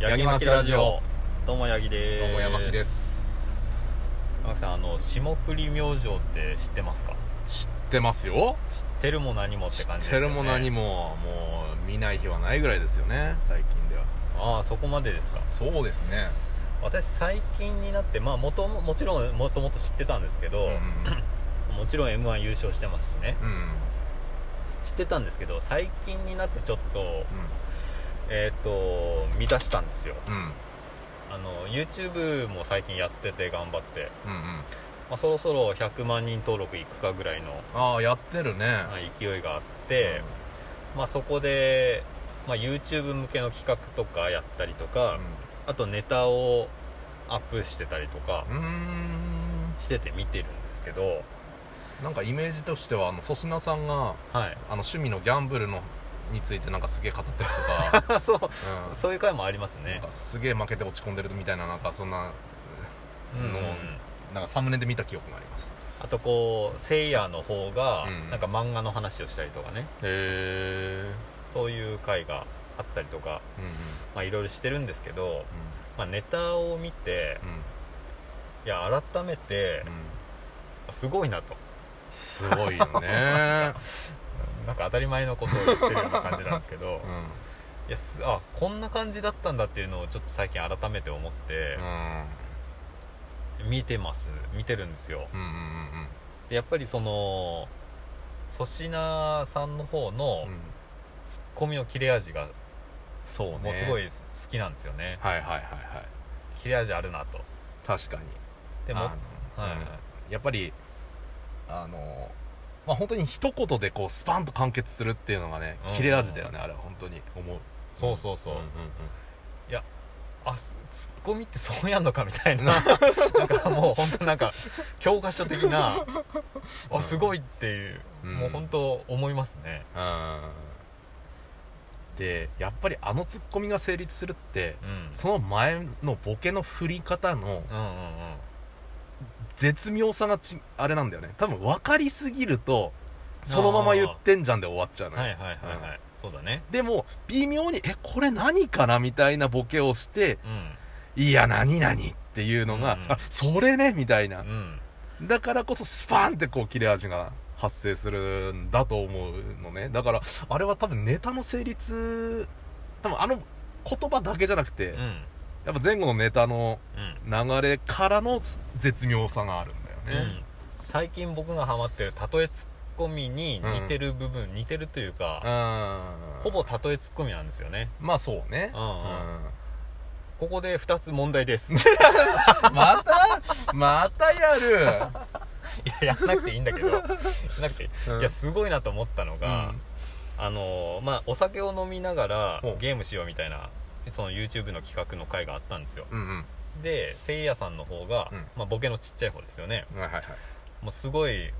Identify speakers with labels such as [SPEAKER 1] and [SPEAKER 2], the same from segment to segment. [SPEAKER 1] ヤギマキラジオ
[SPEAKER 2] どうもヤギです
[SPEAKER 1] どうも山木です
[SPEAKER 2] 山木さんあの霜降り明星って知ってますか
[SPEAKER 1] 知ってますよ
[SPEAKER 2] 知ってるも何もって
[SPEAKER 1] 知
[SPEAKER 2] 感
[SPEAKER 1] っ
[SPEAKER 2] じです
[SPEAKER 1] て
[SPEAKER 2] よね
[SPEAKER 1] るも何ももう見ない日はないぐらいですよね最近では
[SPEAKER 2] ああそこまでですか
[SPEAKER 1] そうですね
[SPEAKER 2] 私最近になってまあもとももちろんもともと知ってたんですけ
[SPEAKER 1] う
[SPEAKER 2] ど、もちろん m 1優勝してますしね
[SPEAKER 1] うんうん
[SPEAKER 2] 知ってたんですけど最近になってちょっとえっ、と見出したんですよ
[SPEAKER 1] うんうん
[SPEAKER 2] あの YouTube も最近やってて頑張って、
[SPEAKER 1] うんうん
[SPEAKER 2] まあ、そろそろ100万人登録いくかぐらいの
[SPEAKER 1] ああやってるね
[SPEAKER 2] まあ勢いがあって、まあ、そこで、まあ、YouTube 向けの企画とかやったりと
[SPEAKER 1] う
[SPEAKER 2] か、
[SPEAKER 1] ん
[SPEAKER 2] あとネタをアップしてたりとか
[SPEAKER 1] うーん
[SPEAKER 2] してて見てるんですけど、
[SPEAKER 1] なんかイメージとしてはあの粗品さんが
[SPEAKER 2] はい、
[SPEAKER 1] あの趣味のギャンブルのについてなんかすげえ語ってる とか、
[SPEAKER 2] そう
[SPEAKER 1] うん
[SPEAKER 2] そういう回もあります
[SPEAKER 1] なん
[SPEAKER 2] ね
[SPEAKER 1] かすげえ負けて落ち込んでるみたいななんかそんな
[SPEAKER 2] うんうんうん
[SPEAKER 1] のなんかサムネで見た記憶があります
[SPEAKER 2] あとこうせいやの方が
[SPEAKER 1] うん
[SPEAKER 2] なんか漫画の話をしたりとかね
[SPEAKER 1] へえ
[SPEAKER 2] そういう回があったりとか
[SPEAKER 1] うんうん
[SPEAKER 2] まあいろいろしてるんですけど、まあ、ネタを見て
[SPEAKER 1] うん
[SPEAKER 2] いや改めて
[SPEAKER 1] うん
[SPEAKER 2] すごいなと
[SPEAKER 1] すごいよね
[SPEAKER 2] なんか当たり前のことを言ってる ような感じなんですけど、
[SPEAKER 1] うん
[SPEAKER 2] いやすあこんな感じだったんだっていうのをちょっと最近改めて思って
[SPEAKER 1] う、ん
[SPEAKER 2] 見てます見てるんですよ
[SPEAKER 1] うんうんうん
[SPEAKER 2] でやっぱりその粗品さんの方の
[SPEAKER 1] うん
[SPEAKER 2] ツッコミの切れ味が
[SPEAKER 1] そうね
[SPEAKER 2] もうすごい好きなんですよね
[SPEAKER 1] はいはいはいはい
[SPEAKER 2] 切れ味あるなと
[SPEAKER 1] 確かに
[SPEAKER 2] でも
[SPEAKER 1] あの
[SPEAKER 2] はいはい
[SPEAKER 1] うんやっぱりあのまあ本当に一言でこうスパンと完結するっていうのがね
[SPEAKER 2] うん
[SPEAKER 1] 切れ味だよねあれは本当に思う
[SPEAKER 2] そうそうそう、
[SPEAKER 1] んん
[SPEAKER 2] あすツッコミってそうやんのかみたいな なんかもう本当なんか教科書的 な
[SPEAKER 1] うん
[SPEAKER 2] あすごいっていう、
[SPEAKER 1] うん
[SPEAKER 2] もう本当思いますね
[SPEAKER 1] うんうんでやっぱりあのツッコミが成立するって
[SPEAKER 2] うん
[SPEAKER 1] その前のボケの振り方の
[SPEAKER 2] うんうんうん
[SPEAKER 1] 絶妙さがちあれなんだよね多分分かりすぎるとそのまま言ってんじゃんで終わっちゃうのよ
[SPEAKER 2] はいはいはいはい、そうだね
[SPEAKER 1] でも微妙に「えこれ何かな?」みたいなボケをして
[SPEAKER 2] うん
[SPEAKER 1] 「いや何々」っていうのが「
[SPEAKER 2] うんうん
[SPEAKER 1] あそれね」みたいな
[SPEAKER 2] うん
[SPEAKER 1] だからこそスパンってこう切れ味が発生するんだと思うのねだからあれは多分ネタの成立多分あの言葉だけじゃなくて、
[SPEAKER 2] うん
[SPEAKER 1] やっぱ前後のネタの
[SPEAKER 2] うん
[SPEAKER 1] 流れからの絶妙さがあるんだよ
[SPEAKER 2] う
[SPEAKER 1] ね、
[SPEAKER 2] ん最近僕がハマってる例えツッコミに似てる部分、似てるというか、
[SPEAKER 1] ほ
[SPEAKER 2] ほぼ例えツッコミなんですよね
[SPEAKER 1] まあそうね
[SPEAKER 2] う
[SPEAKER 1] うんん、
[SPEAKER 2] ここで2つ問題です い
[SPEAKER 1] またまたや
[SPEAKER 2] ややんなくていいんだけどやんなくていい,、
[SPEAKER 1] る
[SPEAKER 2] いやすごいなと思ったのが、あのーまあお酒を飲みながら
[SPEAKER 1] ほう
[SPEAKER 2] ゲームしようみたいなその YouTube の企画の回があったんですよ
[SPEAKER 1] うんうん
[SPEAKER 2] でせいやさんの方が、
[SPEAKER 1] うん
[SPEAKER 2] まあ、ボケのちっちゃい方ですよね
[SPEAKER 1] はいはいはい
[SPEAKER 2] もうすごい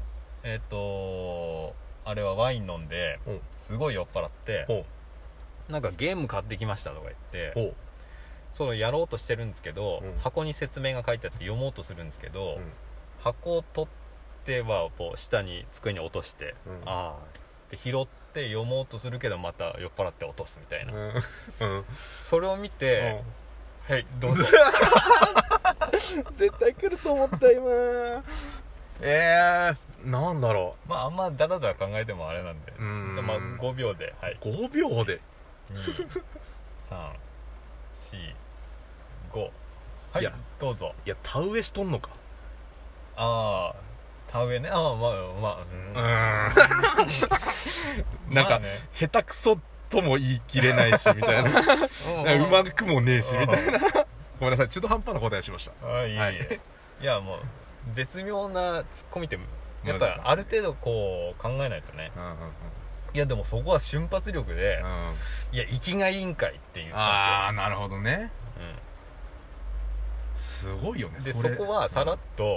[SPEAKER 2] えっ、とあれはワイン飲んで
[SPEAKER 1] ほう
[SPEAKER 2] すごい酔っ払って
[SPEAKER 1] ほ
[SPEAKER 2] なんかゲーム買ってきましたとか言っ
[SPEAKER 1] うほ
[SPEAKER 2] て
[SPEAKER 1] う
[SPEAKER 2] そのやろうとしてるんですけど、
[SPEAKER 1] うん
[SPEAKER 2] 箱に説明が書いてあって読もうとするんですけど、
[SPEAKER 1] うん
[SPEAKER 2] 箱を取ってはこう下に机に落として、
[SPEAKER 1] うん
[SPEAKER 2] ああって拾って読もうとするけどまた酔っ払って落とすみたいな、
[SPEAKER 1] うん
[SPEAKER 2] それを見て、はいど うぞ
[SPEAKER 1] 絶対来ると思った今えー、なんだろ
[SPEAKER 2] まああんまダラダラ考えてもあれなんで、
[SPEAKER 1] ううん
[SPEAKER 2] じゃあまあ5秒ではい
[SPEAKER 1] 5秒で
[SPEAKER 2] 345はい
[SPEAKER 1] い
[SPEAKER 2] や
[SPEAKER 1] や
[SPEAKER 2] どうぞ
[SPEAKER 1] いや田植えしとんのか
[SPEAKER 2] ああ田植えねああまあまあうん
[SPEAKER 1] うーん
[SPEAKER 2] ま
[SPEAKER 1] なん
[SPEAKER 2] あ
[SPEAKER 1] か
[SPEAKER 2] ね
[SPEAKER 1] 下手くそとも言い切れないしみたいななんか うまくもねえしみたいなごめんなさい中途半端な答えしました
[SPEAKER 2] ああいい、
[SPEAKER 1] はいい、
[SPEAKER 2] いやもう絶妙なツッコミってやっぱりある程度こう考えないとね
[SPEAKER 1] うんうんうん
[SPEAKER 2] いやでもそこは瞬発力で
[SPEAKER 1] うん
[SPEAKER 2] いや生きがいいんかいっていう
[SPEAKER 1] ああ
[SPEAKER 2] 感
[SPEAKER 1] なるほどね
[SPEAKER 2] じ
[SPEAKER 1] すごいよね
[SPEAKER 2] でそこはさらっと
[SPEAKER 1] う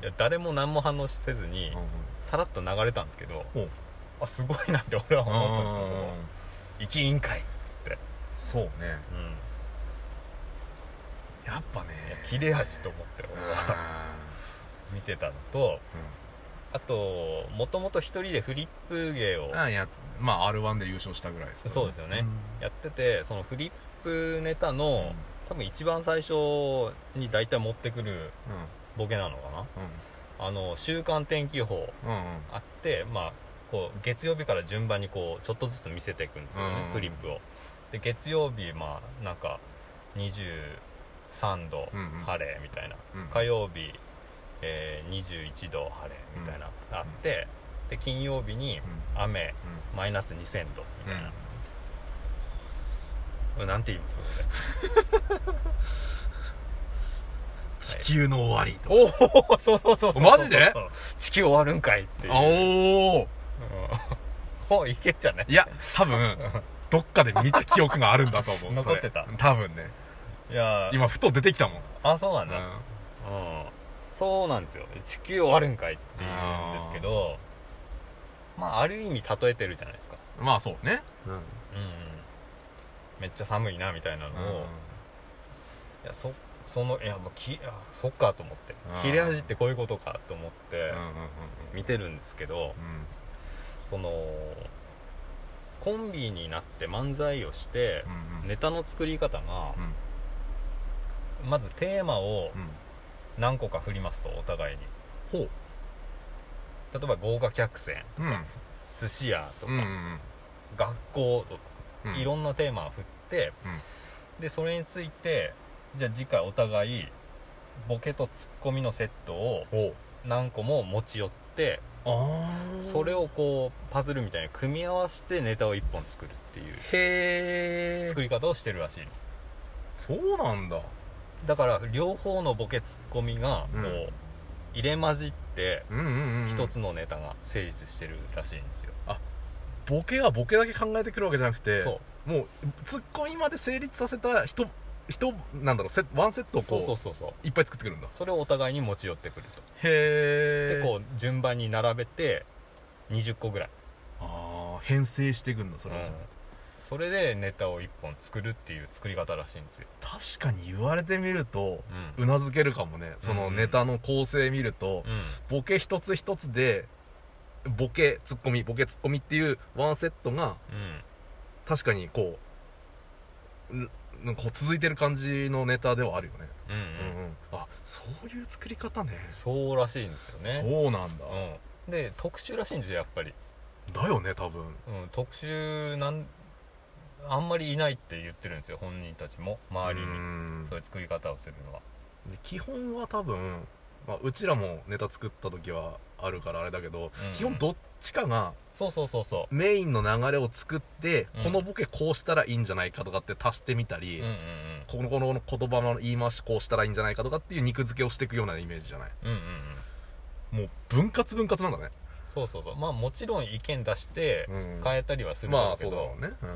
[SPEAKER 1] ん
[SPEAKER 2] いや誰も何も反応せずにさらっと流れたんですけど
[SPEAKER 1] ほう
[SPEAKER 2] あすごいなって俺は思ったんですよそこ
[SPEAKER 1] うん
[SPEAKER 2] 生き委員会っつって、
[SPEAKER 1] そうね
[SPEAKER 2] うん、
[SPEAKER 1] やっぱね
[SPEAKER 2] いや切れ味と思って俺は見てたのとあともともと一人でフリップ芸を
[SPEAKER 1] うんあいやまあ r 1で優勝したぐらいですから
[SPEAKER 2] そうですよねやっててそのフリップネタの
[SPEAKER 1] う
[SPEAKER 2] 多分一番最初に大体持ってくるボケなのかなあの週間天気予報
[SPEAKER 1] うんうん
[SPEAKER 2] あってまあこう月曜日から順番にこうちょっとずつ見せていくんですよね
[SPEAKER 1] うん
[SPEAKER 2] フリップをで月曜日まあなんか23度
[SPEAKER 1] うんうん
[SPEAKER 2] 晴れみたいな
[SPEAKER 1] うん
[SPEAKER 2] 火曜日、えー21度晴れみたいなあってで金曜日に雨
[SPEAKER 1] うん
[SPEAKER 2] マイナス2000度みたいな、これなんて言います
[SPEAKER 1] 地球の終わりと
[SPEAKER 2] おおそうそうそうそう
[SPEAKER 1] マジで
[SPEAKER 2] 地球終わるんかいっていう
[SPEAKER 1] おお
[SPEAKER 2] うんもういけんじゃない
[SPEAKER 1] いや多分どっかで見た記憶があるんだと思う
[SPEAKER 2] 残ってた
[SPEAKER 1] それ多分ね
[SPEAKER 2] いやー
[SPEAKER 1] 今ふと出てきたもん
[SPEAKER 2] あそうなんだ、うん
[SPEAKER 1] う
[SPEAKER 2] そうなんですよ地球終わるんかいっていうんですけどまあある意味例えてるじゃないですか
[SPEAKER 1] んまあそうねうん
[SPEAKER 2] うんうんめっちゃ寒いなみたいなのを、いやそそのいやもうきあそっかと思って
[SPEAKER 1] うん
[SPEAKER 2] 切れ味ってこういうことかと思って
[SPEAKER 1] うんうんうん
[SPEAKER 2] 見てるんですけど
[SPEAKER 1] うん
[SPEAKER 2] そのコンビになって漫才をして
[SPEAKER 1] うんうん
[SPEAKER 2] ネタの作り方が
[SPEAKER 1] うん
[SPEAKER 2] まずテーマを
[SPEAKER 1] うん
[SPEAKER 2] 何個か振りますとお互いに
[SPEAKER 1] ほう
[SPEAKER 2] 例えば豪華客船
[SPEAKER 1] うん
[SPEAKER 2] 寿司屋とか、
[SPEAKER 1] うんうん
[SPEAKER 2] 学校とか
[SPEAKER 1] うん
[SPEAKER 2] いろんなテーマを振って、でそれについてじゃあ次回お互いボケとツッコミのセットを
[SPEAKER 1] ほ
[SPEAKER 2] 何個も持ち寄って
[SPEAKER 1] うああ
[SPEAKER 2] それをこうパズルみたいに組み合わせてネタを1本作るっていう
[SPEAKER 1] へ
[SPEAKER 2] 作り方をしてるらしい
[SPEAKER 1] そうなんだ
[SPEAKER 2] だから両方のボケツッコミがこう、
[SPEAKER 1] うん
[SPEAKER 2] 入れ混じって
[SPEAKER 1] うんうんうん
[SPEAKER 2] 一つのネタが成立してるらしいんですよ、
[SPEAKER 1] ボケはボケだけ考えてくるわけじゃなくて
[SPEAKER 2] そう
[SPEAKER 1] もうツッコミまで成立させた人人なんだろうセワンセットをこ
[SPEAKER 2] そううそうそうそう
[SPEAKER 1] いっぱい作ってくるんだ
[SPEAKER 2] それをお互いに持ち寄ってくると
[SPEAKER 1] へ
[SPEAKER 2] で
[SPEAKER 1] え
[SPEAKER 2] こう順番に並べて20個ぐらい
[SPEAKER 1] ああ編成していくんだそれ
[SPEAKER 2] う
[SPEAKER 1] は、
[SPEAKER 2] んそれでネタを1本作るっていう作り方らしいんですよ、
[SPEAKER 1] 確かに言われてみると
[SPEAKER 2] うん
[SPEAKER 1] うなずけるかもねそのネタの構成見ると、ボケ一つ一つでボケツッコミボケツッコミっていうワンセットが確かにこうんなんかこう続いてる感じのネタではあるよね、
[SPEAKER 2] うんうん
[SPEAKER 1] う
[SPEAKER 2] うん
[SPEAKER 1] んうん、あそういう作り方ね
[SPEAKER 2] そうらしいんですよね
[SPEAKER 1] そうなんだ、
[SPEAKER 2] うん、で特殊らしいんですよやっぱり、
[SPEAKER 1] だよね多分
[SPEAKER 2] うん、特殊なんあんまりいないって言ってるんですよ本人たちも周り
[SPEAKER 1] う
[SPEAKER 2] に
[SPEAKER 1] ん
[SPEAKER 2] そういう作り方をするのは
[SPEAKER 1] で基本は多分、まあ、うちらもネタ作った時はあるからあれだけど、
[SPEAKER 2] うん
[SPEAKER 1] 基本どっちかが
[SPEAKER 2] そうそうそうそ
[SPEAKER 1] メインの流れを作って、
[SPEAKER 2] うん
[SPEAKER 1] このボケこうしたらいいんじゃないかとかって足してみた
[SPEAKER 2] う
[SPEAKER 1] り、
[SPEAKER 2] うんうん
[SPEAKER 1] このこの言葉の言い回しこうしたらいいんじゃないかとかっていう肉付けをしていくようなイメージじゃない
[SPEAKER 2] うんうんうんうん
[SPEAKER 1] もう分割分割なんだね
[SPEAKER 2] そうそうそうまあもちろん意見出して
[SPEAKER 1] うん
[SPEAKER 2] 変えたりはするん
[SPEAKER 1] ま
[SPEAKER 2] だ
[SPEAKER 1] あ
[SPEAKER 2] け
[SPEAKER 1] そうだ
[SPEAKER 2] ど、
[SPEAKER 1] ろうね、うん、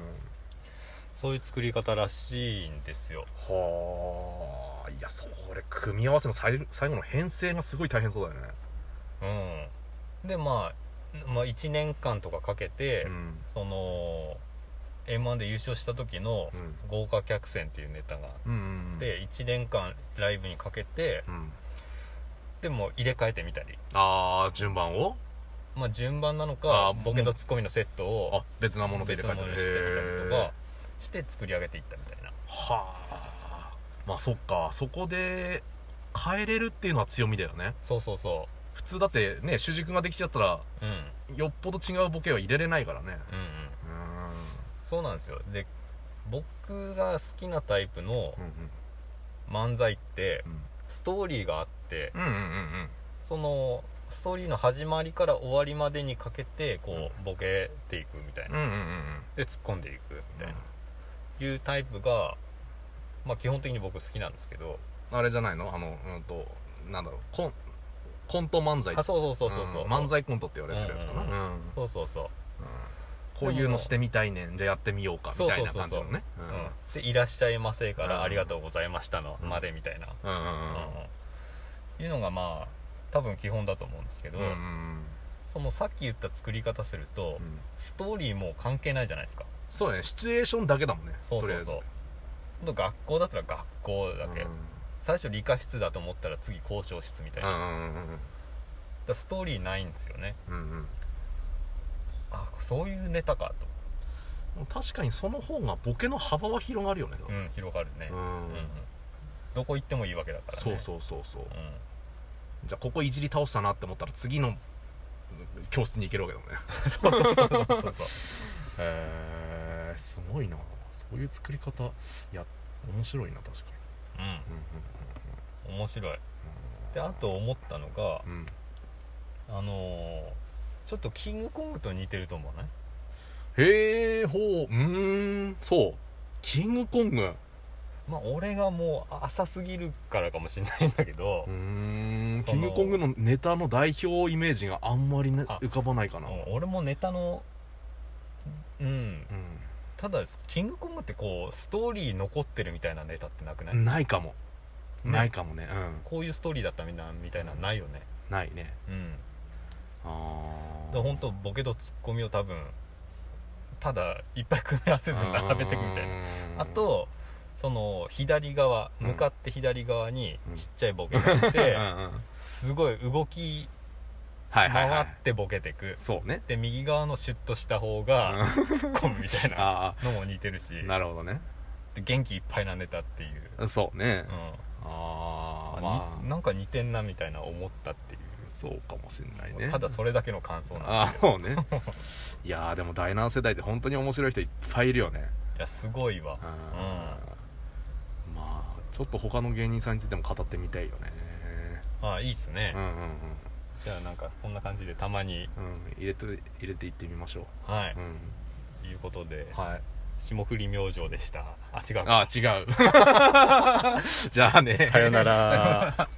[SPEAKER 2] そういう作り方らしいんですよ
[SPEAKER 1] はあいやそれ組み合わせの最最後の編成がすごい大変そうだよね
[SPEAKER 2] うんで、まあ、まあ1年間とかかけて、
[SPEAKER 1] うん
[SPEAKER 2] その m 1で優勝した時の
[SPEAKER 1] うん
[SPEAKER 2] 「豪華客船」っていうネタがあ
[SPEAKER 1] うんうんうん
[SPEAKER 2] って1年間ライブにかけて
[SPEAKER 1] うん
[SPEAKER 2] でも入れ替えてみたり、
[SPEAKER 1] ああ順番を
[SPEAKER 2] まあ、順番なの
[SPEAKER 1] あ
[SPEAKER 2] か
[SPEAKER 1] ー
[SPEAKER 2] ボケとツッコミのセット
[SPEAKER 1] あ
[SPEAKER 2] を
[SPEAKER 1] 別なもので
[SPEAKER 2] 別
[SPEAKER 1] 入れ替
[SPEAKER 2] 物に
[SPEAKER 1] え
[SPEAKER 2] しててみたりと
[SPEAKER 1] へ
[SPEAKER 2] かして作り上げていったみたいな
[SPEAKER 1] ーはあまあそっかそこで変えれるっていうのは強みだよね
[SPEAKER 2] そうそうそ
[SPEAKER 1] 普通だってね主軸ができちゃったら
[SPEAKER 2] う、うん、うん
[SPEAKER 1] よっぽど違うボケは入れれないからね
[SPEAKER 2] うん
[SPEAKER 1] うーん
[SPEAKER 2] そうなんですよで僕が好きなタイプの
[SPEAKER 1] うん
[SPEAKER 2] 漫才って
[SPEAKER 1] うん
[SPEAKER 2] ストーリーがあって
[SPEAKER 1] うんうんうん
[SPEAKER 2] そのストーリーの始まりから終わりまでにかけてこうボケていくみたい
[SPEAKER 1] うんうん
[SPEAKER 2] な
[SPEAKER 1] う
[SPEAKER 2] ん
[SPEAKER 1] うんうん
[SPEAKER 2] で突っ込んでいくみたいないうタイプがまあ基本的に僕好きなんですけど
[SPEAKER 1] あれじゃないのあのうんとなんだろうコンコント漫才
[SPEAKER 2] あそうそうそうそうそう
[SPEAKER 1] うん漫才コントって言われてるやつかな、
[SPEAKER 2] うんう
[SPEAKER 1] うん
[SPEAKER 2] そうそうそう
[SPEAKER 1] こういうのしてみたいねんじゃあやってみようかみたいな感じのね
[SPEAKER 2] うんで「いらっしゃいませ」か
[SPEAKER 1] うん
[SPEAKER 2] ら「ありがとうございました」の
[SPEAKER 1] うん
[SPEAKER 2] までみたいな
[SPEAKER 1] うんうんうんうん
[SPEAKER 2] うんいうのがまあ多分基本だと思うんですけど
[SPEAKER 1] うんうん
[SPEAKER 2] そのさっき言った作り方すると
[SPEAKER 1] うん
[SPEAKER 2] ストーリーもう関係ないじゃないですか
[SPEAKER 1] そうだねシチュエーションだけだもんね
[SPEAKER 2] そうそうそうほんと学校だったら学校
[SPEAKER 1] とりあ
[SPEAKER 2] だ
[SPEAKER 1] えず
[SPEAKER 2] け最初理科室だと思ったら次交渉室みたいな、
[SPEAKER 1] う
[SPEAKER 2] だか
[SPEAKER 1] んうんうん
[SPEAKER 2] らストーリーないんですよね
[SPEAKER 1] うんうんうん
[SPEAKER 2] あそういうネタか
[SPEAKER 1] 確かにその方がボケの幅は広がるよね、
[SPEAKER 2] うん、広がるね、
[SPEAKER 1] う
[SPEAKER 2] うんんうんどこ行ってもいいわけだからね
[SPEAKER 1] そうそうそうそう
[SPEAKER 2] うん、
[SPEAKER 1] じゃあここいじり倒したなって思ったら次の教室に行けるわけだもんね
[SPEAKER 2] そうそうそうそうそうそう
[SPEAKER 1] へえすごいなそういう作り方いや面白いな確か
[SPEAKER 2] うん面白い
[SPEAKER 1] に
[SPEAKER 2] であと思ったのが
[SPEAKER 1] うん
[SPEAKER 2] あのーちょっとキングコングと似てると思わない
[SPEAKER 1] へえほううーんそうキングコング
[SPEAKER 2] まあ俺がもう浅すぎるからかもしれないんだけど
[SPEAKER 1] う、ーん
[SPEAKER 2] そ
[SPEAKER 1] キン
[SPEAKER 2] の
[SPEAKER 1] グコングのネタの代表イメージがあんまりね
[SPEAKER 2] あ
[SPEAKER 1] 浮かばないかな
[SPEAKER 2] うん俺もネタのうん
[SPEAKER 1] う
[SPEAKER 2] ただキングコングってこうストーリー残ってるみたいなネタってなくない、
[SPEAKER 1] んないかも
[SPEAKER 2] ね
[SPEAKER 1] ないかもねうん
[SPEAKER 2] こういうストーリーだったみんなみたいなのないよね
[SPEAKER 1] ないね
[SPEAKER 2] うん
[SPEAKER 1] あ
[SPEAKER 2] だ
[SPEAKER 1] あ
[SPEAKER 2] から本当ボケとツッコミを多分ただいっぱい組み合わせず並べていくみたいなあとその左側
[SPEAKER 1] うん
[SPEAKER 2] 向かって左側に
[SPEAKER 1] うん
[SPEAKER 2] ちっちゃいボケがいて、
[SPEAKER 1] うんうんうん
[SPEAKER 2] すごい動き
[SPEAKER 1] はいはい
[SPEAKER 2] 回
[SPEAKER 1] は
[SPEAKER 2] っ
[SPEAKER 1] い
[SPEAKER 2] てボケてく、
[SPEAKER 1] そうね
[SPEAKER 2] で右側のシュッとした方
[SPEAKER 1] う
[SPEAKER 2] が
[SPEAKER 1] ん
[SPEAKER 2] ツッコむみたいな
[SPEAKER 1] あ
[SPEAKER 2] のも似てるし
[SPEAKER 1] あなるほどね
[SPEAKER 2] で元気いっぱいなネタっていう、
[SPEAKER 1] そうね
[SPEAKER 2] うん
[SPEAKER 1] ああ
[SPEAKER 2] あ
[SPEAKER 1] ま
[SPEAKER 2] に
[SPEAKER 1] あ
[SPEAKER 2] なんか似てんなみたいな思ったっていう
[SPEAKER 1] そうかもしんないね
[SPEAKER 2] ただそれだけの感想なん
[SPEAKER 1] ああそうね いやーでも第7世代って本当に面白い人いっぱいいるよね
[SPEAKER 2] いやすごいわ
[SPEAKER 1] うんまあちょっと他の芸人さんについても語ってみたいよね
[SPEAKER 2] あいいっすね
[SPEAKER 1] うん、うん
[SPEAKER 2] じゃあなんかこんな感じでたまに
[SPEAKER 1] うんうん入れて入れていってみましょ、
[SPEAKER 2] はいう
[SPEAKER 1] うん
[SPEAKER 2] いうことで、
[SPEAKER 1] はい
[SPEAKER 2] 霜降り明星 でしたあ違う
[SPEAKER 1] ああ違うじゃあね
[SPEAKER 2] さよなら